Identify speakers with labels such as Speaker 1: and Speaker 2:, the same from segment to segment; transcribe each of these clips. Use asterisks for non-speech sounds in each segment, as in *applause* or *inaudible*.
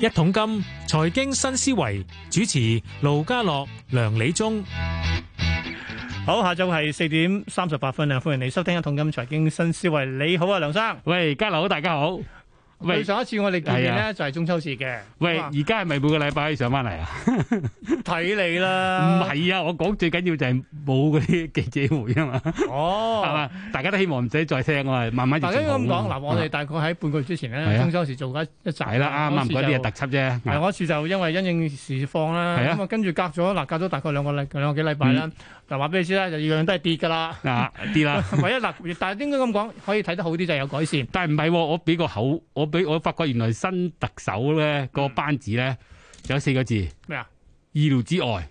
Speaker 1: 一桶金財經新思維主持盧家樂、梁理中。
Speaker 2: 好，下晝係四點三十八分啊！歡迎你收聽《一桶金財經新思維》。你好啊，梁生。
Speaker 3: 喂，家樓大家好。
Speaker 2: 對
Speaker 3: 喂
Speaker 2: 上一次我哋見面
Speaker 3: 係
Speaker 2: 咧，就係中秋節嘅。
Speaker 3: 喂，
Speaker 2: 哇
Speaker 3: 而家係咪每個禮拜上翻嚟啊？
Speaker 2: 睇你
Speaker 3: 唔
Speaker 2: 啦，
Speaker 3: 係啊，我講最緊要就係冇嗰啲 *laughs* 記者會啊嘛，係
Speaker 2: 哦。
Speaker 3: 嘛？大家都希望唔使再聽啊嘛，慢慢
Speaker 2: 大家應該咁講嗱，我哋
Speaker 3: 哋
Speaker 2: 大概喺半個月之前
Speaker 3: 係
Speaker 2: 咧，
Speaker 3: 啊
Speaker 2: 中秋時做緊一集。
Speaker 3: 係啦，啱啊啱
Speaker 2: 嗰次
Speaker 3: 嗰啲係
Speaker 2: 就
Speaker 3: 特輯啫。啊
Speaker 2: 係我一次就因為因應時況啦，
Speaker 3: 係啊
Speaker 2: 咁啊跟住隔咗嗱，隔咗大概兩個禮兩個幾禮拜啦。嗱話俾你知啦，就樣樣都係跌㗎 *laughs* 啦。
Speaker 3: 啊啲啦，
Speaker 2: 唯一嗱，但係應該咁講，可以睇得好啲就係有改善。
Speaker 3: 但係唔係喎，我俾個口，我俾我發覺原來新特首咧個班子咧有四個字
Speaker 2: 嗯咩啊？
Speaker 3: 意料之外，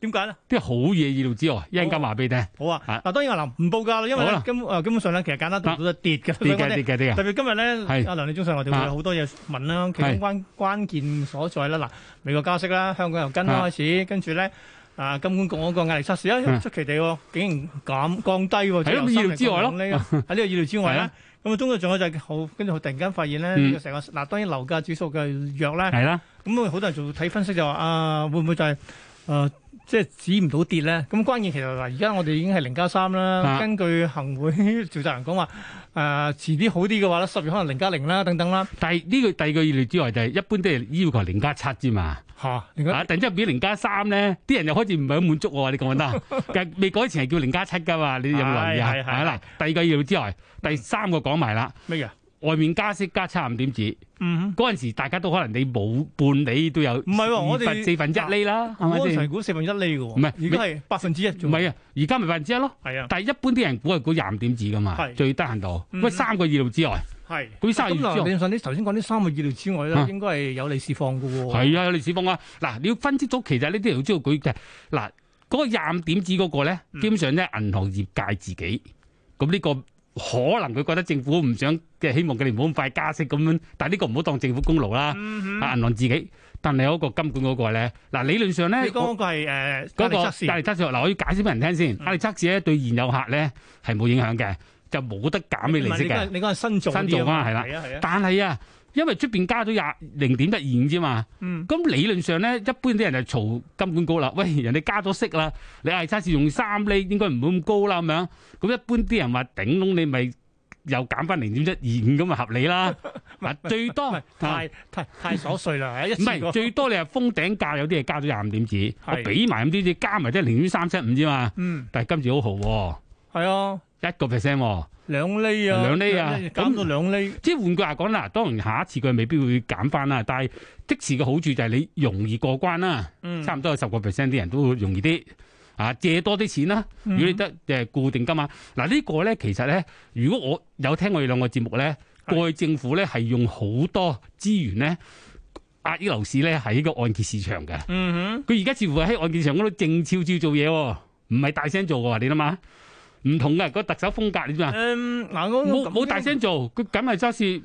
Speaker 2: 點解咧？
Speaker 3: 啲好嘢意料之外，一陣間話俾你聽。
Speaker 2: 好啊
Speaker 3: 啊！
Speaker 2: 嗱，當然我嗱唔報價啦，因為
Speaker 3: 好
Speaker 2: 咧
Speaker 3: 啦
Speaker 2: 根誒根本上咧，其實簡單到到都跌嘅。所以
Speaker 3: 啲
Speaker 2: 我哋
Speaker 3: 嘅啲嘅啲嘅，
Speaker 2: 特別今日咧，
Speaker 3: 係
Speaker 2: 阿梁理中上我哋會
Speaker 3: 啊
Speaker 2: 有好多嘢問啦，其中
Speaker 3: 係
Speaker 2: 關關鍵所在啦，嗱，美國加息啦，香港又跟啦
Speaker 3: 啊
Speaker 2: 開始，跟住咧。啊，金管局嗰個壓力測試啊，
Speaker 3: 啊
Speaker 2: 出奇地喎，竟然減降低喎，
Speaker 3: 係咯
Speaker 2: 即係由
Speaker 3: 意料之外咯
Speaker 2: 3.0呢個喺呢個意料之外
Speaker 3: *laughs* 係
Speaker 2: 啦
Speaker 3: 啊。
Speaker 2: 咁啊，中國仲有就係好，跟住突然間發現咧，
Speaker 3: 嗯
Speaker 2: 呢個成個嗱，當然樓價指數嘅弱咧，
Speaker 3: 係啦，
Speaker 2: 咁啊好多人做睇分析就話啊，會唔會就係誒即係止唔到跌咧？咁關鍵其實嗱，而家我哋已經係零加三啦。
Speaker 3: 啊
Speaker 2: 根據行會召集人講話誒，遲啲好啲嘅話咧，十月可能零加零啦，等等啦
Speaker 3: 但係呢個第二個意料之外就係一般都係要求零加七啫嘛。
Speaker 2: 嚇。零加
Speaker 3: 啊！突然之間變零加三咧，啲人又開始唔係好滿足喎，你覺唔覺得啊？
Speaker 2: *laughs*
Speaker 3: 但係未改前係叫零加七噶嘛，你有冇留意
Speaker 2: 係
Speaker 3: 啊？
Speaker 2: 係係嗯
Speaker 3: 係啦，第二個意料之外，第三個講埋啦，
Speaker 2: 咩嘅？
Speaker 3: 外面加息加七十五點子，
Speaker 2: 嗯
Speaker 3: 嗰陣時大家都可能你冇半厘都有，唔
Speaker 2: 係喎我哋啊
Speaker 3: 四分一厘啦，
Speaker 2: 嗯哼，安
Speaker 3: 係咪
Speaker 2: 全
Speaker 3: 先？
Speaker 2: 股四分一厘嘅喎，
Speaker 3: 唔係
Speaker 2: 而家係百分之一啫
Speaker 3: 唔
Speaker 2: 喎，
Speaker 3: 係啊，而家咪百分之一咯。
Speaker 2: 係啊，
Speaker 3: 但係一般啲人估係估廿五點子噶嘛
Speaker 2: 係，
Speaker 3: 最低限度。
Speaker 2: 嗯
Speaker 3: 喂，三個意料之外，
Speaker 2: 係。
Speaker 3: 嗰啲三個
Speaker 2: 咁
Speaker 3: 意料
Speaker 2: 嗱，
Speaker 3: 之外。
Speaker 2: 你上啲頭先講呢三個意料之外咧
Speaker 3: 啊，
Speaker 2: 應該係有利市況嘅喎。
Speaker 3: 係啊，歷史風啊！嗱，你要分析到其實呢啲人知道佢嘅嗱嗰個廿五點子嗰個咧，
Speaker 2: 嗯
Speaker 3: 基本上咧銀行業界自己咁呢個可能佢覺得政府唔想嘅，希望佢哋唔好咁快加息咁樣，但係呢個唔好當政府功勞啦，
Speaker 2: 嗯哼
Speaker 3: 啊銀行自己。但係有一個金管嗰個咧，嗱理論上咧
Speaker 2: 你講嗰個係誒
Speaker 3: 嗰
Speaker 2: 壓
Speaker 3: 個
Speaker 2: 力測
Speaker 3: 壓
Speaker 2: 試
Speaker 3: 力測試，嗱我要解釋俾人聽先，
Speaker 2: 嗯
Speaker 3: 壓力測試咧對現有客咧係冇影響嘅，就冇得減你
Speaker 2: 唔
Speaker 3: 利
Speaker 2: 係
Speaker 3: 息
Speaker 2: 你講
Speaker 3: 嘅
Speaker 2: 係。你講係新做嗰啲
Speaker 3: 新做啊係啦
Speaker 2: 係啊係啊，
Speaker 3: 但係啊，因為出邊加咗廿零點一二啫嘛。
Speaker 2: 嗯
Speaker 3: 咁理論上咧，一般啲人就嘈金管局啦。喂，人哋加咗息啦，你係測試用三厘，應該唔會咁高啦咁樣。咁一般啲人話頂窿，你咪又減翻零點一二五咁啊合理啦。
Speaker 2: *laughs* 唔係
Speaker 3: 嗱，最多
Speaker 2: 唔係
Speaker 3: 啊
Speaker 2: 太太太瑣碎啦，一
Speaker 3: 唔
Speaker 2: 次過
Speaker 3: 係最多你係封頂價，有啲係加咗廿五點子，我
Speaker 2: 係
Speaker 3: 俾埋咁啲嘢加埋都係零點三七五啫嘛。
Speaker 2: 嗯
Speaker 3: 但係今次好豪喎，
Speaker 2: 係啊。
Speaker 3: 一個 percent 喎。
Speaker 2: 兩厘啊，
Speaker 3: 兩厘啊
Speaker 2: 減到兩厘，
Speaker 3: 即係換句話講啦，當然下一次佢未必會減翻啦，但係即時嘅好處就係你容易過關啦。
Speaker 2: 嗯
Speaker 3: 差唔多有十個 percent 啲人都會容易啲啊，借多啲錢啦。
Speaker 2: 嗯
Speaker 3: 如果你得誒固定金啊，嗱、呢個咧其實咧，如果我有聽我哋兩個節目咧，
Speaker 2: 係
Speaker 3: 過去政府咧係用好多資源咧壓抑樓市咧喺個按揭市場嘅。
Speaker 2: 嗯
Speaker 3: 佢而家似乎喺按揭市場嗰度靜悄悄做嘢喎，唔係大聲做喎，你諗下，唔同嘅個特首風格你知嘛
Speaker 2: 哼，？嗯嗱，我
Speaker 3: 啊冇冇大，聲做，佢梗係測試，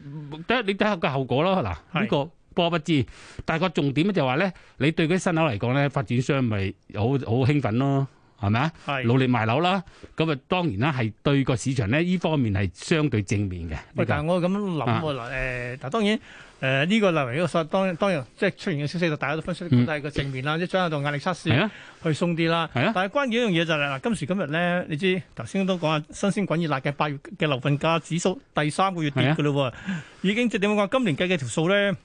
Speaker 3: 睇你睇下個後果咯。嗱，
Speaker 2: 係
Speaker 3: 呢個波不知，但係個重點就係話咧，你對嗰啲新樓嚟講咧，發展商咪好好興奮咯，係咪啊？
Speaker 2: 係
Speaker 3: 努力賣樓啦，咁啊當然啦，係對個市場咧呢方面係相對正面嘅。
Speaker 2: 喂，
Speaker 3: 呢
Speaker 2: 但係
Speaker 3: 個
Speaker 2: 我咁諗
Speaker 3: 啊
Speaker 2: 喎嗱，誒嗱當然誒呢個例如一個所當然當然即係出現嘅消息，就大家都分析得
Speaker 3: 嗯
Speaker 2: 都係個正面啦，即係將嗰度壓力測
Speaker 3: 係
Speaker 2: 試
Speaker 3: 啊，
Speaker 2: 去鬆啲啦。
Speaker 3: 係啊
Speaker 2: 但係關鍵一樣嘢就係嗱，今時今日咧，你知頭先都講啊，新鮮滾熱辣嘅八月嘅樓份價指數第三個月跌嘅嘞喎，
Speaker 3: 啊
Speaker 2: 已經即係點講？今年計嘅條數咧，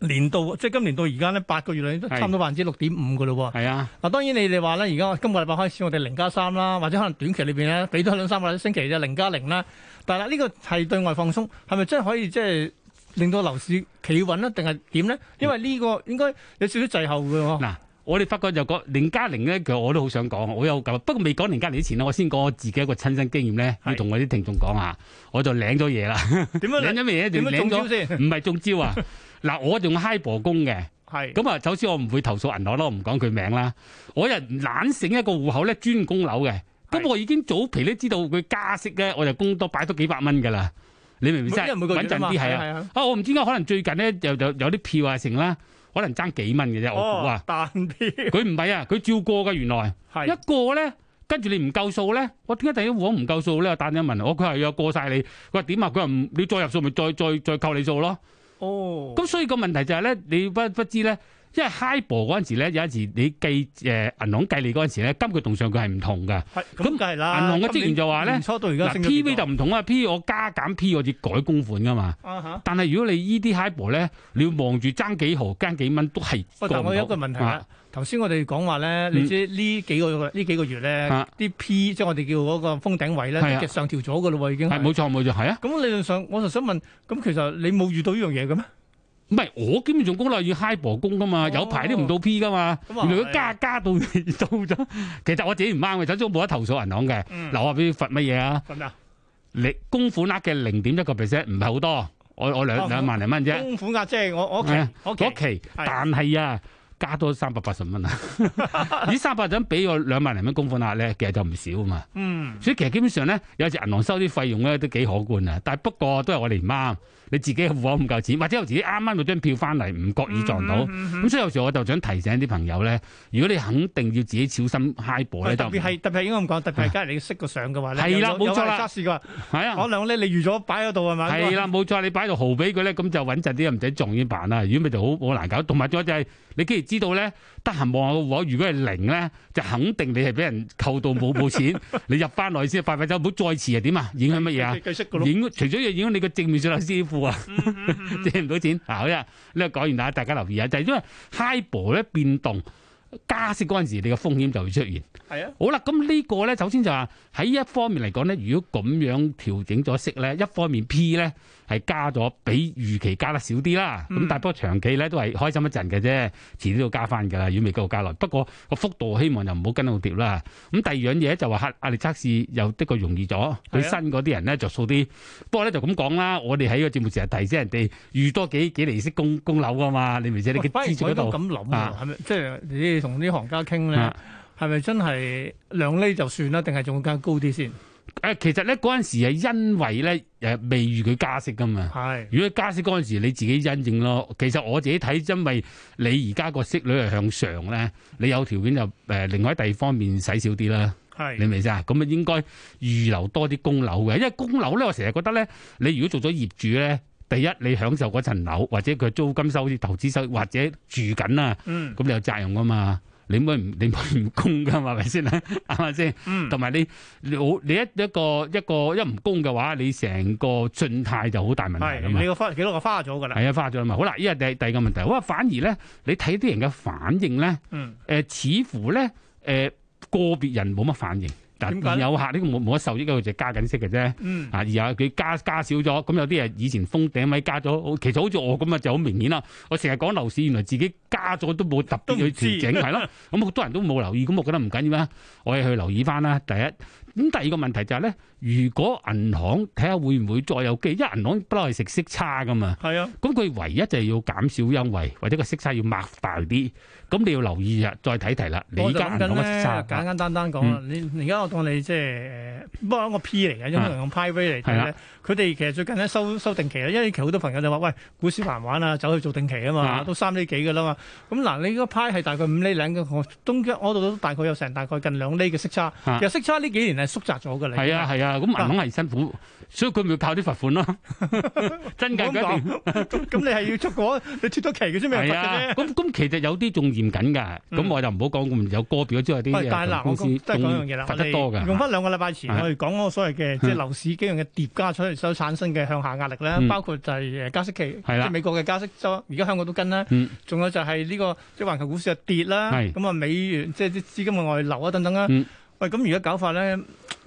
Speaker 2: 年度即係今年到而家咧八個月嚟都
Speaker 3: 係
Speaker 2: 差唔多百分之六點五嘅嘞喎。
Speaker 3: 係啊，
Speaker 2: 嗱，當然你哋話咧，而家今個禮拜開始，我哋零加三啦，或者可能短期裏邊咧，俾多兩三個星期啫，零加零啦。但係呢個係對外放鬆，係咪真係可以即係令到樓市企穩咧，定係點咧？因為呢個應該有少少滯後嘅喎。
Speaker 3: 嗱。我哋發覺就講零加零咧，其實我都好想講，我有咁，不過未講零加零之前咧，我先講我自己一個親身經驗咧，
Speaker 2: 係
Speaker 3: 要同我啲聽眾講下，我就領
Speaker 2: *laughs*
Speaker 3: 咗嘢啦，
Speaker 2: 點
Speaker 3: 領
Speaker 2: 樣
Speaker 3: 咗咩嘢？就
Speaker 2: 點樣
Speaker 3: 領
Speaker 2: 中
Speaker 3: 咗
Speaker 2: 招先？
Speaker 3: 唔係中招啊！嗱，我仲 high 婆工嘅，
Speaker 2: 係
Speaker 3: 咁啊，首先我唔會投訴銀行咯，我唔講佢名啦。我又懶醒一個戶口咧，專供樓嘅。
Speaker 2: 係
Speaker 3: 咁我已經早期都知道佢加息咧，我就供多擺多幾百蚊㗎啦。你明唔明
Speaker 2: 因
Speaker 3: 先？
Speaker 2: 為每個月
Speaker 3: 穩陣
Speaker 2: 啊嘛
Speaker 3: 啲係啊！
Speaker 2: 啊。
Speaker 3: 啊，我唔知點解可能最近咧有有有啲票啊成啦，可能爭幾蚊嘅啫，我估
Speaker 2: 哦
Speaker 3: 啊。，
Speaker 2: 彈啲
Speaker 3: 佢唔係啊，佢照過㗎原來。一
Speaker 2: 係
Speaker 3: 個咧，跟住你唔夠數咧，我點解第一戶口唔夠數咧？我打電話問我，佢係有過晒你，佢話點啊？佢話唔，你再入數咪再再再扣你數咯。
Speaker 2: 哦，
Speaker 3: 咁所以個問題就係咧，你不不知咧，因為 HIBOR 嗰陣時咧，有陣時你計誒、呃、銀行計你嗰陣時咧，金佢同上佢係唔同㗎。
Speaker 2: 係咁梗係啦。
Speaker 3: 銀行嘅職員就話呢
Speaker 2: 年初到而家
Speaker 3: 嗱
Speaker 2: 升咗幾
Speaker 3: PV 就
Speaker 2: 多
Speaker 3: 唔同啊，P 我加減 P 我至改公款㗎嘛。
Speaker 2: 啊嚇。
Speaker 3: 但係如果你依啲 HIBOR 咧，你要望住爭幾毫、爭幾蚊都係
Speaker 2: 喂，但我有一個問題啦
Speaker 3: 啊。
Speaker 2: 頭先我哋講話咧，你知呢幾個月呢幾個月咧
Speaker 3: 嗯啊，
Speaker 2: 啲 P 即係我哋叫嗰個封頂位咧，
Speaker 3: 係啊
Speaker 2: 其實上調咗嘅咯喎，已經
Speaker 3: 係冇。錯冇錯，係啊。
Speaker 2: 咁理論上，我就想問，咁其實你冇遇到呢樣嘢嘅咩？
Speaker 3: 唔係我基本上工啦，要 high 婆工噶嘛，
Speaker 2: 哦
Speaker 3: 有排都唔到 P 噶嘛。
Speaker 2: 咁啊
Speaker 3: 原來佢加加到 *laughs* 到咗，其實我自己唔啱嘅，首先我冇得投訴銀行嘅。
Speaker 2: 嗯
Speaker 3: 嗱，我話俾你罰乜嘢啊？
Speaker 2: 咁啊，
Speaker 3: 你供款額嘅零點一個 percent 唔係好多，我我
Speaker 2: 哦
Speaker 3: 兩兩萬零蚊啫。
Speaker 2: 供款額即係我我屋企
Speaker 3: 係啊，
Speaker 2: 我屋企
Speaker 3: 嗰期
Speaker 2: 係
Speaker 3: 但係啊，加多三百八十蚊啊！ *laughs* 呢三百蚊俾我兩萬零蚊供款額咧，其實就唔少啊嘛。
Speaker 2: 嗯，
Speaker 3: 所以其實基本上咧，有時銀行收啲費用咧都幾可觀啊。但係不過都係我哋唔啱，你自己嘅戶口唔夠錢，或者我自己啱啱攞張票翻嚟唔覺意撞到。
Speaker 2: 嗯嗯嗯
Speaker 3: 咁所以有時我就想提醒啲朋友咧，如果你肯定要自己小心 high 波咧，
Speaker 2: 喂
Speaker 3: 就
Speaker 2: 特
Speaker 3: 唔
Speaker 2: 別係特別係應該咁講，特別係梗係你識個相嘅話咧，
Speaker 3: 係啦
Speaker 2: 有
Speaker 3: 冇錯啦
Speaker 2: 有有測試嘅話，
Speaker 3: 係啊
Speaker 2: 可。能咧你預咗擺喺度係咪？
Speaker 3: 係啦，冇錯，你擺到豪俾佢咧，咁就穩陣啲，唔使撞冤辦啦。如果咪就好好難搞。同埋仲有就係、你既然知道咧，得閒望下個戶口，如果係零咧，就肯定你係俾人扣到冇冇錢，你入翻內先，快快走，唔好再遲啊！點啊？影響乜
Speaker 2: *laughs*
Speaker 3: 嘢啊？
Speaker 2: 佢佢識嘅咯。
Speaker 3: 影除咗要影響你個正面上有支付啊，借唔到錢。嗱，好啦，呢個講完啦，大家留意啊，就係、因為 HIBOR 咧變動。加息嗰陣時，你嘅風險就會出現。
Speaker 2: *laughs* 係啊，
Speaker 3: 好啦，咁呢個咧，首先就話喺一方面嚟講咧，如果咁樣調整咗息咧，一方面 P 咧係加咗，比預期加得少啲啦。咁、
Speaker 2: 嗯
Speaker 3: 但係不過長期咧都係開心一陣嘅啫，遲啲都加翻㗎啦。如果未繼續加落，不過個幅度希望就唔好跟到跌啦。咁第二樣嘢就話壓壓力測試又的確容易咗，對
Speaker 2: 係啊
Speaker 3: 新嗰啲人咧着數啲。不過咧就咁講啦，我哋喺個節目成日提醒人哋預多幾幾利息供供樓㗎嘛，你咪知你嘅
Speaker 2: 喂反而
Speaker 3: 資助
Speaker 2: 我
Speaker 3: 嗰
Speaker 2: 都
Speaker 3: 度。
Speaker 2: 咁諗
Speaker 3: 啊
Speaker 2: 喎，係咪即係你同啲行家傾咧？
Speaker 3: 啊
Speaker 2: 係咪真係兩厘就算啦？定係仲更加高啲先？
Speaker 3: 誒，呃其實咧嗰陣時係因為咧誒未預佢加息㗎嘛。
Speaker 2: 係
Speaker 3: 如果加息嗰陣時，你自己因應咯。其實我自己睇，因為你而家個息率係向上咧，你有條件就誒、呃另外喺第二方面使少啲啦。你
Speaker 2: 係
Speaker 3: 明唔明先啊？咁啊應該預留多啲供樓嘅，因為供樓咧，我成日覺得咧，你如果做咗業主咧，第一你享受嗰層樓，或者佢租金收、投資收，或者住緊啊，
Speaker 2: 嗯
Speaker 3: 咁你有責任噶嘛？你唔可以唔你唔可以唔供噶嘛？係咪先啊？啱咪先？
Speaker 2: 嗯
Speaker 3: 同埋你你好你一一個一個一唔供嘅話，你成個信貸就好大問題
Speaker 2: 係
Speaker 3: 噶嘛
Speaker 2: 你。個花幾多個花咗㗎啦？
Speaker 3: 啊係啊，花咗啦嘛。好啦，依家第第二個問題，哇，反而咧，你睇啲人嘅反應咧，誒、
Speaker 2: 嗯
Speaker 3: 似乎咧，誒、呃、個別人冇乜反應。嗱，
Speaker 2: 點解
Speaker 3: 現
Speaker 2: 咧
Speaker 3: 有客呢個冇冇得受益嘅，佢就加緊息嘅啫。
Speaker 2: 嗯
Speaker 3: 啊，而有佢加加少咗，咁有啲人以前封頂位加咗，好其實好似我咁啊，就好明顯啦。我成日講樓市，原來自己加咗都冇特別去調整，
Speaker 2: *laughs*
Speaker 3: 係咯。咁好多人都冇留意，咁我覺得唔緊要啦，我哋去留意翻啦。第一，咁第二個問題就係、咧，如果銀行睇下會唔會再有機，因為銀行不嬲係食息差噶嘛。
Speaker 2: 係啊，
Speaker 3: 咁佢唯一就係要減少優惠，或者個息差要擘大啲。咁你要留意啊，再睇題啦。你
Speaker 2: 我
Speaker 3: 而
Speaker 2: 就
Speaker 3: 家
Speaker 2: 諗緊
Speaker 3: 銀行嘅息
Speaker 2: 咧，
Speaker 3: 差啊嗯
Speaker 2: 簡簡單單講啦。你而家我當你即係誒不過講個 P 嚟嘅，因為用 P 嚟睇
Speaker 3: 啊係
Speaker 2: 咧，佢哋其實最近咧收收定期啦，因為其實好多朋友就話：喂，股市難玩啊，走去做定期啊嘛，
Speaker 3: 啊
Speaker 2: 都三厘幾㗎啦嘛。咁嗱，你個 P 係大概五厘零嘅，我中間我度都大概有成大概近兩厘嘅息差。
Speaker 3: 啊
Speaker 2: 其實息差呢幾年係縮窄咗㗎啦。
Speaker 3: 係啊係啊，咁銀行係辛苦，所以佢咪要靠啲罰
Speaker 2: *laughs*
Speaker 3: 款咯。真㗎，佢一定
Speaker 2: 咁
Speaker 3: *laughs*
Speaker 2: 咁咁你係要出果，你脱咗期嘅先俾人
Speaker 3: 係
Speaker 2: 罰嘅
Speaker 3: 啊，
Speaker 2: 啫。
Speaker 3: 咁咁其實有啲仲嚴緊㗎，
Speaker 2: 嗯
Speaker 3: 咁我就唔好講咁有個別之外
Speaker 2: 喂，但係
Speaker 3: 啲
Speaker 2: 嗱，我
Speaker 3: 公司
Speaker 2: 講真係講樣
Speaker 3: 仲
Speaker 2: 嘢啦，
Speaker 3: 罰得多
Speaker 2: 我哋
Speaker 3: 㗎。
Speaker 2: 用翻兩個禮拜前
Speaker 3: 係
Speaker 2: 我哋講嗰個所謂嘅即係
Speaker 3: 嗯
Speaker 2: 樓市幾樣嘅疊加出嚟所產生嘅向下壓力咧，
Speaker 3: 嗯
Speaker 2: 包括就係誒加息期，即
Speaker 3: 係啦
Speaker 2: 係美國嘅加息周，而家香港都跟啦。
Speaker 3: 嗯
Speaker 2: 仲有就係呢個即係環球股市又跌啦，
Speaker 3: 係
Speaker 2: 咁啊美元即係啲資金嘅外流啊等等啦
Speaker 3: 嗯。
Speaker 2: 喂，咁而家搞法咧，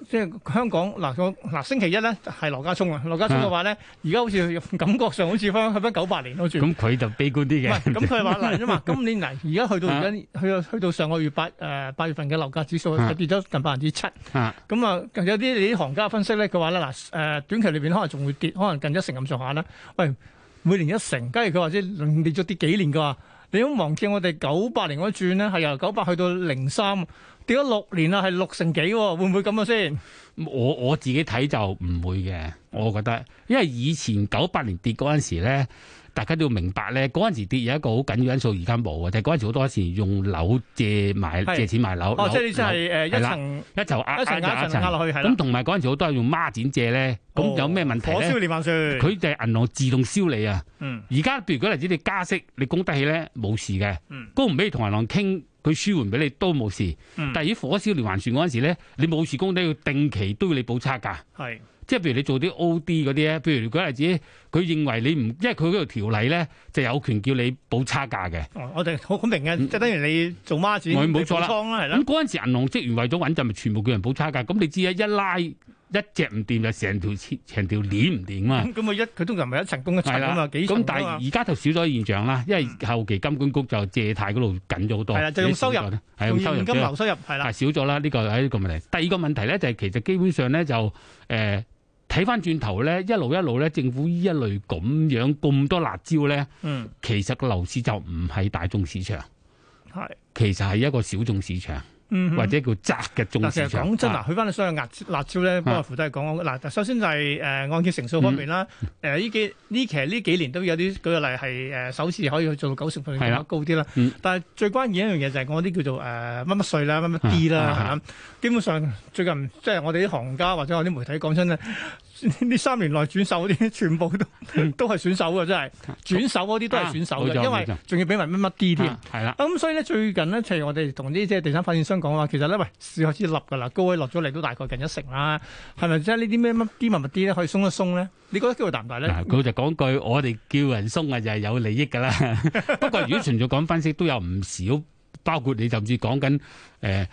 Speaker 2: 即係香港嗱我嗱星期一咧係羅家聰啊，羅家聰嘅話咧，而家好似感覺上好似翻去翻九八年好似。
Speaker 3: 咁佢就悲觀 *laughs*
Speaker 2: 唔
Speaker 3: 啲
Speaker 2: 係，
Speaker 3: 嘅。
Speaker 2: 咁佢係話嗱，因為今年嗱，而家去到而家，去到去到上個月八誒八月份嘅樓價指數係
Speaker 3: 啊
Speaker 2: 跌咗近百分之七，咁
Speaker 3: 啊
Speaker 2: 啊有啲你啲行家分析咧，佢話咧嗱誒短期裏邊可能仲會跌，可能近一成咁上下啦。喂，每年一成，假如佢話即係跌咗跌幾年嘅話，你都忘記我哋九八年嗰轉咧，係由九八去到零三，跌咗六年啦，係六成幾喎，會唔會咁啊先？
Speaker 3: 我我自己睇就唔會嘅，我覺得，因為以前九八年跌嗰陣時咧，大家都要明白咧，嗰陣時跌有一個好緊要因素，而家冇啊，就係嗰陣時好多時用樓借買
Speaker 2: 係
Speaker 3: 借錢買樓，
Speaker 2: 哦，即係你
Speaker 3: 樓
Speaker 2: 真係誒
Speaker 3: 係
Speaker 2: 一
Speaker 3: 啦
Speaker 2: 層
Speaker 3: 一就壓
Speaker 2: 一層壓
Speaker 3: 壓就壓
Speaker 2: 一層壓
Speaker 3: 層，
Speaker 2: 落去係啦哦
Speaker 3: 咁。同埋嗰陣時好多係用孖展借咧，咁有咩問題
Speaker 2: 火燒
Speaker 3: 咧？
Speaker 2: 連環船，
Speaker 3: 佢就係銀行自動燒你啊！
Speaker 2: 嗯
Speaker 3: 而家譬如舉例子，你加息，你供得起咧冇事嘅，
Speaker 2: 嗯
Speaker 3: 供唔起同銀行傾，佢舒緩俾你都冇事。
Speaker 2: 嗯，
Speaker 3: 但係啲火燒連環船嗰陣時咧，你冇事供得要定期都要你補差價。
Speaker 2: 係
Speaker 3: 即係譬如你做啲 O.D. 嗰啲咧，譬如舉例子，佢認為你唔，因為佢嗰條條例咧就有權叫你補差價嘅。
Speaker 2: 哦我哋好好明嘅，
Speaker 3: 嗯
Speaker 2: 即係等於你做孖展，
Speaker 3: 冇冇錯啦嗯
Speaker 2: 你補倉啦，係啦
Speaker 3: 咁，嗰陣時銀行職員為咗穩陣，咪全部叫人補差價。咁你知啊，一拉一隻唔掂就成條切成條鏈唔掂啊嘛。
Speaker 2: 咁咁佢一佢通常咪一層供一層
Speaker 3: 係
Speaker 2: 嗯啊
Speaker 3: 啦，
Speaker 2: 嘛，幾層
Speaker 3: 咁但
Speaker 2: 㗎嘛嗯
Speaker 3: 係而家就少咗現象啦，因為後期金管局就借貸嗰度緊咗好多，
Speaker 2: 係啦啊就用收入用
Speaker 3: 係用收入
Speaker 2: 現金
Speaker 3: 啫
Speaker 2: 流收入係啦
Speaker 3: 係，少咗啦。呢、個係一個問題。第二個問題咧就係、其實基本上咧就誒睇翻轉頭咧，一路一路咧，政府呢一類咁樣咁多辣椒咧，
Speaker 2: 嗯
Speaker 3: 其實個樓市就唔係大眾市場，
Speaker 2: 係，
Speaker 3: 其實係一個小眾市場
Speaker 2: 嗯
Speaker 3: 或者叫窄嘅眾
Speaker 2: 嗱，其
Speaker 3: 市
Speaker 2: 實
Speaker 3: 場。
Speaker 2: 講真
Speaker 3: 啊
Speaker 2: 嗱，去翻所有辣辣椒咧，不外乎都係講嗱，首先就係誒呃按揭成數方面啦，
Speaker 3: 嗯
Speaker 2: 誒呢幾呢其實呢幾年都有啲舉個例係誒首次可以去做到九成甚
Speaker 3: 係
Speaker 2: 至
Speaker 3: 啦
Speaker 2: 高啲啦
Speaker 3: 嗯，
Speaker 2: 但係最關鍵一樣嘢就係我啲叫做呃誒乜乜税啦、乜乜 D 啦，
Speaker 3: 啊
Speaker 2: 係咪？基本上最近即係我哋啲行家或者我啲媒體講真
Speaker 3: 嗯
Speaker 2: 咧，呢三年內轉手嗰啲 *laughs* 全部都都係選手嘅，真係轉手嗰啲都係選手
Speaker 3: 啊冇
Speaker 2: 嘅，
Speaker 3: 錯
Speaker 2: 因為
Speaker 3: 冇錯
Speaker 2: 仲要俾埋乜乜 D 添。
Speaker 3: 啊係啦，
Speaker 2: 咁所以咧，最近咧，譬如我哋同啲即係地產發展商講話，其實咧，喂，市開始立㗎啦，高位落咗嚟都大概近一成啦，係咪即係呢啲咩乜啲物物啲咧，可以鬆一鬆咧？你覺得機會大唔大咧？
Speaker 3: 嗱，佢就講句，我哋叫人鬆啊，就係有利益㗎啦。
Speaker 2: *laughs*
Speaker 3: 不過如果純粹講分析，都有唔少，包括你甚至講緊誒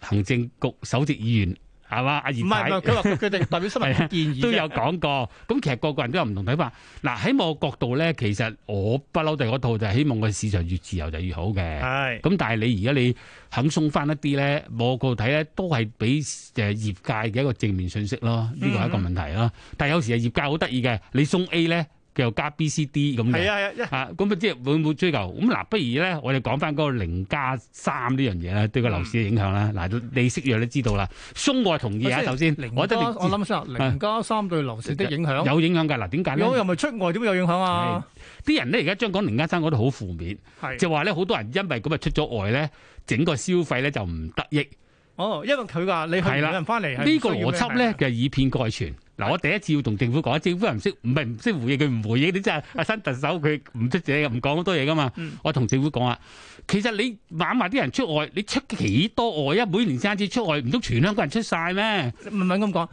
Speaker 3: 行政局首席議員係嘛，阿
Speaker 2: 唔係
Speaker 3: 葉
Speaker 2: 唔係，
Speaker 3: 太
Speaker 2: 佢話佢哋代表新聞嘅建議啫
Speaker 3: 啊都有講過。咁其實個個人都有唔同睇法。嗱，喺我角度咧，其實我不嬲對嗰套就係希望個市場越自由就越好嘅。
Speaker 2: 係
Speaker 3: 咁但係你而家你肯鬆翻一啲咧，我個睇咧都係俾誒業界嘅一個正面信息咯，呢個係一個問題啦。但係有時啊係業界好得意嘅，你鬆 A 咧，佢又加 B、C、D 咁
Speaker 2: 係
Speaker 3: 嘅。
Speaker 2: 啊係啊一
Speaker 3: 啊，咁啊，即係會唔會追求？咁嗱，不如咧，我哋講翻嗰個零加三呢樣嘢啦，對個樓市嘅影響啦。嗱，你識約都知道啦。鬆我係嗯同意啊，首先，
Speaker 2: 零加
Speaker 3: 我
Speaker 2: 我
Speaker 3: 覺得你嗯
Speaker 2: 諗先啊，零加三對樓市的影響，
Speaker 3: 有影響㗎。嗱，點解咧
Speaker 2: 如？果又咪出外點會有影響啊？
Speaker 3: 啲人咧而家將講零加三講得好負面，
Speaker 2: 係
Speaker 3: 就話咧好多人因為咁啊出咗外咧，整個消費咧就唔得益。
Speaker 2: 哦，因為佢話你去
Speaker 3: 係啦
Speaker 2: 有人翻嚟係
Speaker 3: 呢
Speaker 2: 唔需
Speaker 3: 個
Speaker 2: 要
Speaker 3: 邏
Speaker 2: 咩
Speaker 3: 輯咧，就係以偏概全。嗱，我第一次要同政府講，政府又唔識，唔係唔識回應，佢唔回應，你真係阿新特首佢唔出嘢，唔講好多嘢噶嘛
Speaker 2: 嗯。
Speaker 3: 我同政府講啊，其實你玩埋啲人出外，你出幾多外啊？每年三次出外，唔通全香港人出晒咩？
Speaker 2: 係唔係咁講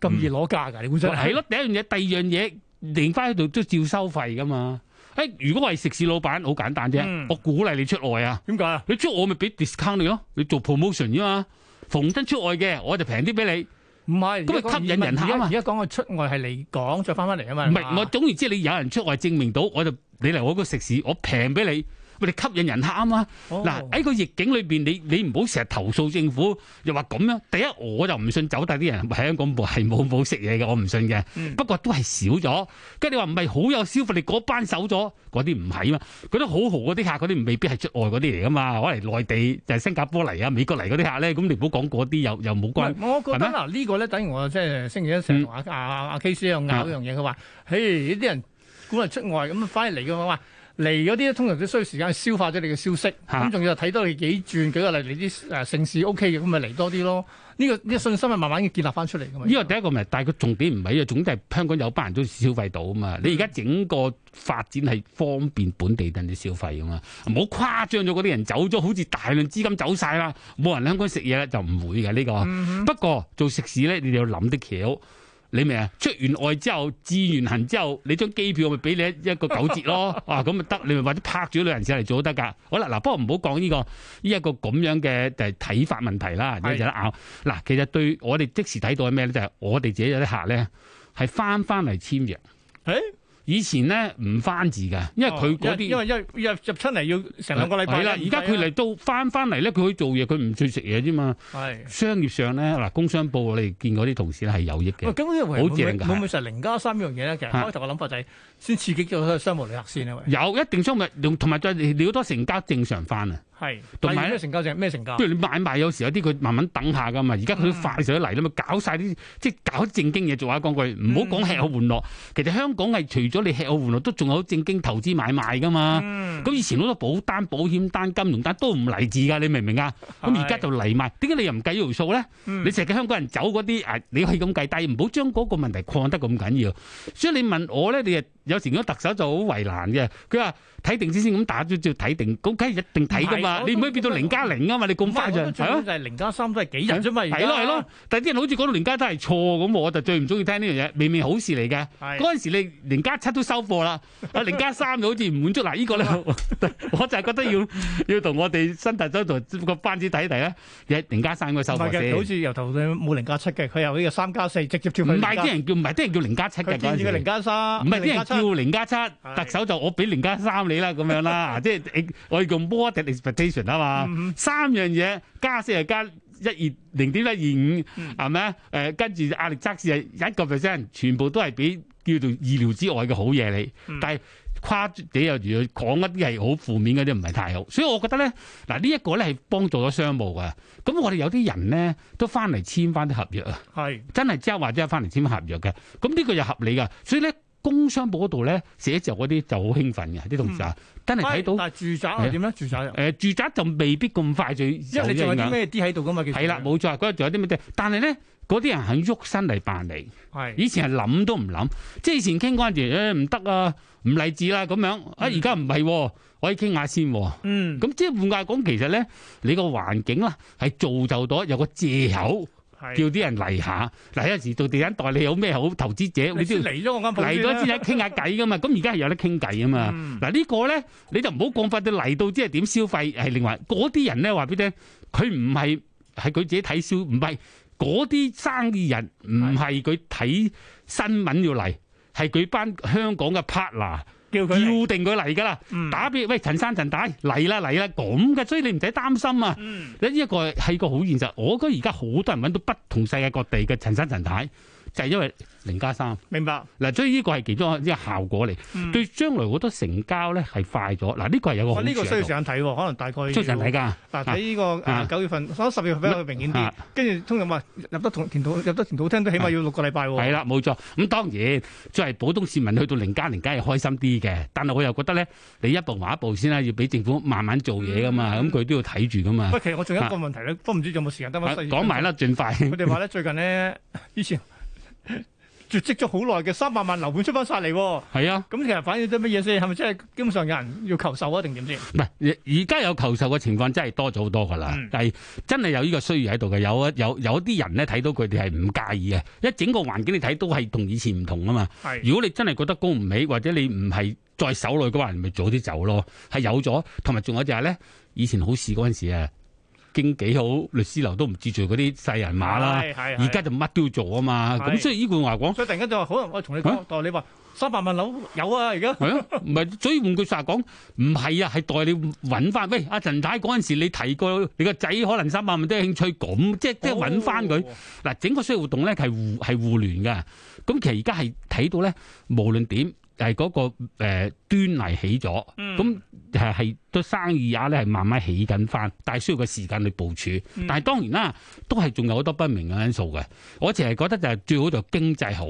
Speaker 2: 咁易攞價㗎？你估真
Speaker 3: 係咯，第一樣嘢，第二樣嘢，連翻喺度都照收費噶嘛。誒，如果我係食肆老闆，好簡單啫，
Speaker 2: 嗯
Speaker 3: 我鼓勵你出外啊。
Speaker 2: 點解啊？
Speaker 3: 你出我咪俾 discount 你咯，你做 promotion 啫嘛。逢親出外嘅，我就平啲俾
Speaker 2: 唔係，
Speaker 3: 咁咪吸引人客啊嘛
Speaker 2: 而家講佢出外係嚟港再翻翻嚟啊嘛。
Speaker 3: 你。
Speaker 2: 係
Speaker 3: 唔係，
Speaker 2: 嘛
Speaker 3: 我總言之，你有人出外證明到，我就你嚟我個食肆，我平俾你，喂，你吸引人客啊嘛。
Speaker 2: 哦
Speaker 3: 嗱喺個逆境裏邊，你你唔好成日投訴政府，又話咁樣。第一，我就唔信走大啲人喺香港冇 *laughs* 係冇冇食嘢嘅，我唔信嘅。
Speaker 2: 嗯
Speaker 3: 不過都係少咗。跟住你話唔係好有消費力，嗰班走咗，嗰啲唔係嘛。嗰啲好豪嗰啲客，嗰啲未必係出外嗰啲嚟噶嘛，可能內地就係新加坡嚟啊、美國嚟嗰啲客咧，咁你唔好講嗰啲又又冇關
Speaker 2: 唔。係我覺得
Speaker 3: 係嗯
Speaker 2: 嗱，呢個咧等於我即係星期一成日同阿阿阿 K 師又拗一樣嘢，佢話：，嘿，呢啲人估嚟出外咁翻嚟嘅話，嚟嗰啲通常都需要時間去消化咗你嘅消息，
Speaker 3: 嚇
Speaker 2: 咁仲要睇多你幾轉。舉個例，你啲誒城市 O K 嘅，咁咪嚟多啲咯。呢個呢個信心係慢慢嘅建立翻出嚟㗎嘛。
Speaker 3: 呢個第一個問題，但係個重點唔係呢個，重點係香港有班人都消費到啊嘛。你而家整個發展係方便本地人嘅消費啊嘛，唔好誇張咗嗰啲人走咗，好似大量資金走晒啦，冇人喺香港食嘢咧就唔會嘅呢、個。不過做食肆咧，你哋要諗啲橋。你明啊？出完外之後，志完行之後，你張機票咪俾你一個九折
Speaker 2: *laughs*
Speaker 3: 咯，啊咁咪得，你咪或者拍住啲旅行社嚟做都得㗎。好啦，嗱，不過唔好講呢個呢一、個咁樣嘅誒睇法問題啦，
Speaker 2: 係
Speaker 3: 有得拗。嗱，其實對我哋即時睇到係咩咧？就係、我哋自己有啲客咧係翻翻嚟簽約，
Speaker 2: 誒，哦
Speaker 3: 以前咧唔翻字㗎，因為佢嗰啲
Speaker 2: 因為因為因為入入親嚟要成兩個禮拜
Speaker 3: 係啦，而家
Speaker 2: 啊
Speaker 3: 佢嚟到翻翻嚟咧，佢可以做嘢，佢唔去食嘢啫嘛。
Speaker 2: 係。
Speaker 3: 商業上咧，嗱，工商部我哋見嗰啲同事咧係有益
Speaker 2: 喂，
Speaker 3: 嘅。
Speaker 2: 咁呢個
Speaker 3: 好正㗎
Speaker 2: 會唔會就係零加三呢樣嘢咧？其實
Speaker 3: 嚇
Speaker 2: 開頭嘅諗法就係先刺激咗商務旅客先啊，喂。
Speaker 3: 有一定商務，同埋再你好多成交正常翻啊！
Speaker 2: 係，
Speaker 3: 同埋
Speaker 2: 例如
Speaker 3: 咧
Speaker 2: 咩成交就係咩成交
Speaker 3: 不，如你買賣有時有啲佢慢慢等下噶嘛，而家佢都快上嚟啦嘛，搞晒啲即係搞正經嘢做下講句，唔好講吃喝玩樂。其實香港係除咗你吃喝玩樂，都仲有正經投資買賣噶嘛。
Speaker 2: 嗯
Speaker 3: 咁、以前好多保單、保險單、金融單都唔嚟字㗎，你明唔明啊？咁而家就嚟埋，點解你又唔計呢條數咧？
Speaker 2: 嗯
Speaker 3: 你成日叫香港人走嗰啲啊，你可以咁計，但係唔好將嗰個問題擴得咁緊要。所以你問我咧，你啊有時如果特首就好為難嘅，佢話睇定先先咁打咗照睇定，咁梗係一定睇噶嘛，
Speaker 2: 唔係我都
Speaker 3: 你唔可以變到零加零啊嘛，你咁快就
Speaker 2: 唔係我覺得最
Speaker 3: 係
Speaker 2: 緊要
Speaker 3: 咯。
Speaker 2: 就係零加三都係幾人啫嘛，而家
Speaker 3: 係咯係咯，，但係啲人好似講到零加都係錯咁，我就最唔中意聽呢樣嘢，明明好事嚟嘅。
Speaker 2: 係
Speaker 3: 嗰陣時你零加七都收貨啦，啊零加三就好似唔滿足嗱，呢
Speaker 2: *laughs*
Speaker 3: 個咧我就係覺得要要同我哋新特首同個班子睇睇咧，一零加三應該收
Speaker 2: 唔
Speaker 3: 貨
Speaker 2: 係
Speaker 3: 先
Speaker 2: 嘅，。好似由頭到尾冇零加七嘅，佢由呢個三加四直接跳去
Speaker 3: 唔
Speaker 2: 零
Speaker 3: 係
Speaker 2: 加
Speaker 3: 啲，人叫唔係啲人叫零加七嘅
Speaker 2: 佢
Speaker 3: 嗰
Speaker 2: 建
Speaker 3: 陣
Speaker 2: 議
Speaker 3: 時
Speaker 2: 嘅零加三，
Speaker 3: 唔係啲
Speaker 2: 零
Speaker 3: 人
Speaker 2: 加七
Speaker 3: 叫零加七，特首就我俾零加三你啦咁
Speaker 2: *laughs*
Speaker 3: 樣啦，啊即係我要叫 more than expectation
Speaker 2: 嗯
Speaker 3: 啊嘛，三樣嘢加四係加一二零點一二五
Speaker 2: 嗯
Speaker 3: 係咪啊？誒跟住壓力測試係一個 percent，全部都係俾叫做意料之外嘅好嘢你，
Speaker 2: 嗯
Speaker 3: 但係。跨你又如果講一啲係好負面嗰啲，唔係太好，所以我覺得咧，嗱呢一個咧係幫助咗商務嘅。咁我哋有啲人咧都翻嚟簽翻啲合約啊。
Speaker 2: 係
Speaker 3: 真係之後或者翻嚟簽合約嘅，咁呢個又合理噶。所以咧，工商部嗰度咧寫就嗰啲就好興奮嘅啲同事啊，真係睇到
Speaker 2: 嗯喂但係住宅又
Speaker 3: 係啊
Speaker 2: 點咧？住宅又
Speaker 3: 誒、住宅就未必咁快就有
Speaker 2: 因為你仲有啲
Speaker 3: 㗎。
Speaker 2: 咩啲喺度噶嘛，其實
Speaker 3: 係啦，冇錯，嗰日仲有啲咩啫？但係咧，嗰啲人肯喐身嚟辦理，
Speaker 2: 係
Speaker 3: 以前係諗都唔諗，即係以前傾嗰陣時，誒唔得啊，唔勵志啦咁樣。啊，而家唔係喎，可以傾下先喎、
Speaker 2: 嗯
Speaker 3: 咁即係換句話講，其實咧，你個環境啦，係造就到有個藉口。
Speaker 2: 係
Speaker 3: 叫啲人嚟下。嗱，有陣時做地產代理好咩好，投資者
Speaker 2: 你
Speaker 3: 你都
Speaker 2: 先
Speaker 3: 要
Speaker 2: 嚟咗我間鋪
Speaker 3: 嚟咗先喺傾下
Speaker 2: *laughs*
Speaker 3: 偈噶嘛。咁而家係有得傾偈啊嘛。
Speaker 2: 嗯
Speaker 3: 嗱、呢個咧，你就唔好講法到嚟到即係點消費係另外。嗰啲人咧話俾你聽，佢唔係係佢自己睇消，唔係嗰啲生意人唔係佢睇新聞要嚟，係佢班香港嘅 partner
Speaker 2: 叫佢嚟
Speaker 3: 要定佢嚟㗎啦。
Speaker 2: 嗯
Speaker 3: 打俾喂陳生陳大嚟啦嚟啦咁嘅，所以你唔使擔心啊。
Speaker 2: 嗯
Speaker 3: 呢一個係個好現實，我覺得而家好多人揾到不同世界各地嘅陳生陳太，就係、因為零加三
Speaker 2: 明白
Speaker 3: 嗱，所以呢個係其中一個效果嚟，
Speaker 2: 嗯
Speaker 3: 對將來好多成交咧係快咗嗱，呢個係有個
Speaker 2: 我
Speaker 3: 好處
Speaker 2: 呢個需要時
Speaker 3: 喺
Speaker 2: 間
Speaker 3: 度。
Speaker 2: 睇喎，可能大概
Speaker 3: 出人睇
Speaker 2: 要
Speaker 3: 㗎，
Speaker 2: 嗱睇呢個
Speaker 3: 啊
Speaker 2: 誒九月份，所以十月份比較明顯啲
Speaker 3: 啊，
Speaker 2: 跟住通常話入得同田土入得田土廳都起碼要六個禮拜
Speaker 3: 係
Speaker 2: 喎，
Speaker 3: 啦，冇錯。咁當然，作為普通市民去到零加零，梗係開心啲嘅。但係我又覺得咧，你一步埋一步先啦，要俾政府慢慢做嘢㗎嘛，咁佢都要睇住㗎嘛。
Speaker 2: 喂，其實我仲有一個問題咧，都唔知有冇時間得翻
Speaker 3: 啊講埋啦，盡快。
Speaker 2: 佢哋話咧最近咧， *laughs* 以前絕積咗好耐嘅三百萬樓盤出翻晒嚟喎，
Speaker 3: 係啊。
Speaker 2: 咁其實反映咗乜嘢先？係咪真係基本上有人要求售啊？定點先？
Speaker 3: 唔係，而而家有求售嘅情況真係多咗好多㗎啦
Speaker 2: 嗯，
Speaker 3: 但係真係有呢個需要喺度嘅。有啊有有啲人咧睇到佢哋係唔介意嘅，一整個環境你睇都係同以前唔同啊嘛。
Speaker 2: 係
Speaker 3: 如果你真係覺得供唔起，或者你唔係再守耐嘅話，你咪早啲走咯。係有咗，同埋仲有就係咧，以前好事嗰陣時啊，經紀好、律師樓都唔注重嗰啲細人馬啦，
Speaker 2: 係係
Speaker 3: 而家就乜都要做啊嘛。
Speaker 2: 係
Speaker 3: 咁所以呢句話講。
Speaker 2: 所以突然間就話，可能我同你
Speaker 3: 啊
Speaker 2: 講，哦代你話三百萬樓有啊，而家
Speaker 3: 係啊，唔係，所以換句話講，唔係啊，係代你揾翻。喂，阿陳太嗰陣時，你提過你個仔可能三百萬都有興趣咁，即係即係揾翻佢。
Speaker 2: 哦
Speaker 3: 嗱、整個商業活動咧係互係互聯嘅。咁其實而家係睇到咧，無論點係嗰個誒端倪起咗，
Speaker 2: 嗯
Speaker 3: 咁係係都生意額咧係慢慢起緊翻，但係需要個時間去部署。
Speaker 2: 嗯
Speaker 3: 但係當然啦，都係仲有好多不明嘅因素嘅。我淨係覺得就係最好就經濟好，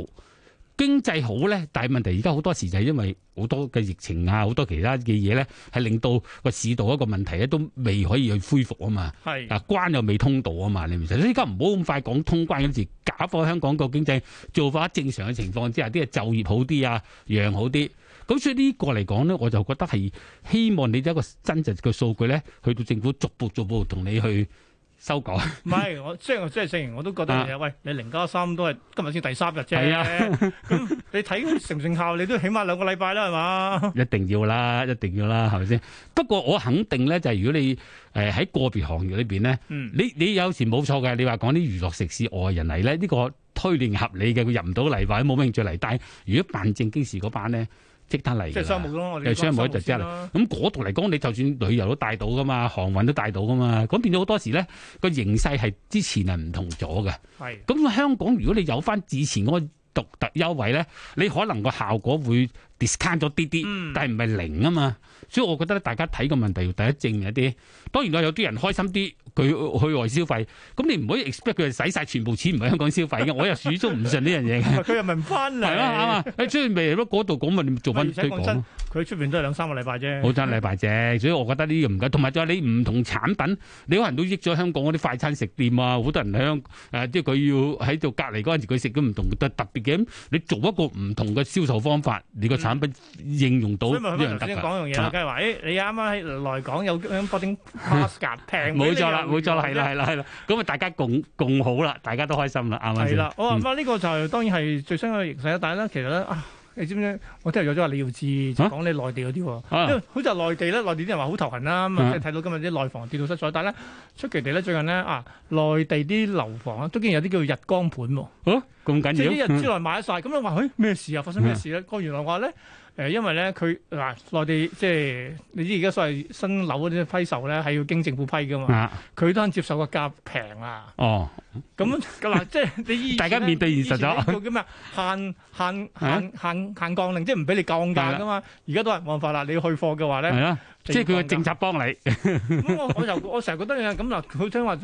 Speaker 3: 經濟好咧，但係問題而家好多時就係因為好多嘅疫情啊，好多其他嘅嘢咧，係令到個市道一個問題咧都未可以去恢復啊嘛。
Speaker 2: 係
Speaker 3: 啊關又未通道啊嘛，你明唔明？所以而家唔好咁快講通關嗰陣時，假貨香港個經濟做法正常嘅情況之下，啲嘢就業好啲啊，樣好啲。咁所以呢個嚟講咧，我就覺得係希望你有一個真實嘅數據咧，去到政府逐步逐步同你去修改。
Speaker 2: 唔係我即係我即係正如我都覺得
Speaker 3: 啊
Speaker 2: 係啊，喂，你零加三都係今日先第三日啫，
Speaker 3: 係啊
Speaker 2: 咁你睇成唔成效，你都起碼兩個禮拜啦，係嘛？
Speaker 3: 一定要啦，一定要啦，係咪先？不過我肯定咧，就係、如果你誒呃喺、個別行業裏邊咧，
Speaker 2: 嗯，
Speaker 3: 你你有時冇錯嘅。你話講啲娛樂食肆外人嚟咧，呢、個推斷合理嘅，佢入唔到嚟或者冇咩興趣嚟。但係如果辦正經事嗰班咧，即刻嚟
Speaker 2: 即係
Speaker 3: 㗎啦
Speaker 2: 商。務咯，我哋
Speaker 3: 有商務
Speaker 2: 講先
Speaker 3: 就即係
Speaker 2: 啦
Speaker 3: 咁嗰度嚟講，你就算旅遊都帶到噶嘛，航運都帶到噶嘛，咁變咗好多時咧個形勢係之前係唔同咗嘅。
Speaker 2: 係
Speaker 3: 咁香港如果你有翻之前嗰個獨特優惠咧，你可能個效果會 discount 咗啲啲，
Speaker 2: 嗯
Speaker 3: 但係唔係零啊嘛。所以我覺得咧，大家睇個問題要第一正面一啲。當然啦，有啲人開心啲，佢去外消費，咁你唔可以 expect 佢使晒全部錢唔喺香港消費嘅。我又始終唔信呢樣 *laughs* 嘢嘅。
Speaker 2: 佢又唔翻嚟，
Speaker 3: 係啦，啱啊！你出去咪咯，嗰度講咪你做
Speaker 2: 喂
Speaker 3: 翻
Speaker 2: 而且
Speaker 3: 推
Speaker 2: 講
Speaker 3: 廣
Speaker 2: 真
Speaker 3: 咯。
Speaker 2: 佢出邊都係兩三個禮拜啫。
Speaker 3: *laughs* 好爭禮拜啫，所以我覺得呢啲唔緊，同埋仲有你唔同產品，你可能都益咗香港嗰啲快餐食店啊，好多人喺香誒，即係佢要喺度隔離嗰陣時，佢食咗唔同特特別嘅，咁你做一個唔同嘅銷售方法，你個產品應用到
Speaker 2: 所
Speaker 3: 一
Speaker 2: 以咪佢頭
Speaker 3: 樣得
Speaker 2: 先
Speaker 3: 㗎。
Speaker 2: 講樣嘢啦，梗係話，誒，你啱啱喺來港有張 boarding pass 㗎，平俾
Speaker 3: 冇
Speaker 2: 你
Speaker 3: 錯啦，
Speaker 2: 又
Speaker 3: 冇錯啦，
Speaker 2: 用
Speaker 3: 係
Speaker 2: 啫
Speaker 3: 啦，係啦，係啦，咁啊，大家共共好啦，大家都開心啦，啱唔啱
Speaker 2: 係
Speaker 3: 先？
Speaker 2: 啦，我話
Speaker 3: 嗯
Speaker 2: 咁啊呢個就係當然係最新嘅形勢啦，但係咧其實咧啊。你知唔知？我聽日有咗話李耀智就
Speaker 3: 啊
Speaker 2: 講你內地嗰啲喎，
Speaker 3: 啊
Speaker 2: 因為好似係內地咧，內地啲人話好頭痕啦，咁啊
Speaker 3: 啊
Speaker 2: 即係睇到今日啲內房跌到失所，但係咧出奇地咧最近咧啊，內地啲樓房啊，都竟然有啲叫日光盤喎，
Speaker 3: 好咁
Speaker 2: 即係
Speaker 3: 緊
Speaker 2: 一
Speaker 3: 要嗯
Speaker 2: 日之內買得晒，咁你話誒咩事啊？發生咩事咧？個原來話咧誒，因為咧佢嗱內地即係你知而家所謂新樓嗰啲批售咧係要經政府批噶嘛，
Speaker 3: 啊！
Speaker 2: 佢都肯接受個價平
Speaker 3: *laughs*
Speaker 2: 啊。
Speaker 3: 哦，
Speaker 2: 咁嗱，即係你以前咧
Speaker 3: 大家面對現實咗啊
Speaker 2: 以前咧叫咩啊限限限限限降令，即係唔俾你降價噶嘛。而家都係冇辦法啦，你要去貨嘅話
Speaker 3: 係
Speaker 2: 咧，
Speaker 3: 啦，即係佢嘅政
Speaker 2: 策。
Speaker 3: 策幫你，
Speaker 2: 咁我我就我成日覺得嘅咁嗱，佢聽話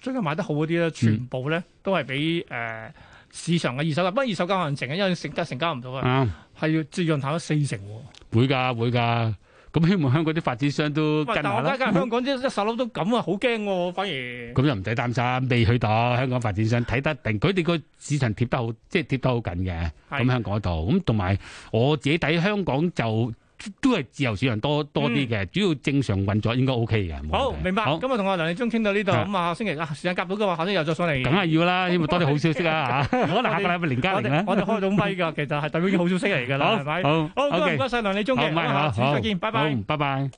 Speaker 2: 最近買得好嗰啲咧，
Speaker 3: 嗯
Speaker 2: 全部咧都係俾誒市場嘅二手價，不過二手價可能成嘅，因為成價成交唔到啊，
Speaker 3: 啱
Speaker 2: 係要折讓下咗四成喎。
Speaker 3: 會㗎會㗎。咁希望香港啲發展商都
Speaker 2: 喂啊
Speaker 3: 跟
Speaker 2: 但
Speaker 3: 下
Speaker 2: 我
Speaker 3: 啦
Speaker 2: 家。間香港啲一手樓都咁啊，好驚喎，反而。
Speaker 3: 咁又唔使擔心，未去到香港發展商睇得定，佢哋個市場貼得好，即係貼得好緊嘅。
Speaker 2: 係
Speaker 3: 咁香港度，咁同埋我自己睇香港就都係自由市場多多啲嘅，主要正常運作應該 O K 嘅。冇問題
Speaker 2: 好，明白。
Speaker 3: 好，
Speaker 2: 今日同阿梁利忠傾到呢度，
Speaker 3: 係
Speaker 2: 咁啊，下星期啊時間夾到嘅話，下星期又再上嚟。
Speaker 3: 梗係要啦，希望多啲好
Speaker 2: *laughs*
Speaker 3: 消息啦嚇。可能下個禮拜連加
Speaker 2: 我
Speaker 3: 零
Speaker 2: 哋
Speaker 3: 咧。
Speaker 2: 我哋開到咪㗎，其實係代表已經好消息嚟㗎啦，係咪？
Speaker 3: 好，
Speaker 2: 好，啊
Speaker 3: 好
Speaker 2: 今日唔
Speaker 3: OK，
Speaker 2: 該晒梁利忠
Speaker 3: 好，
Speaker 2: 嘅，
Speaker 3: 唔
Speaker 2: 好
Speaker 3: 係好
Speaker 2: 下次再
Speaker 3: 好
Speaker 2: 見，拜拜
Speaker 3: 好。拜拜。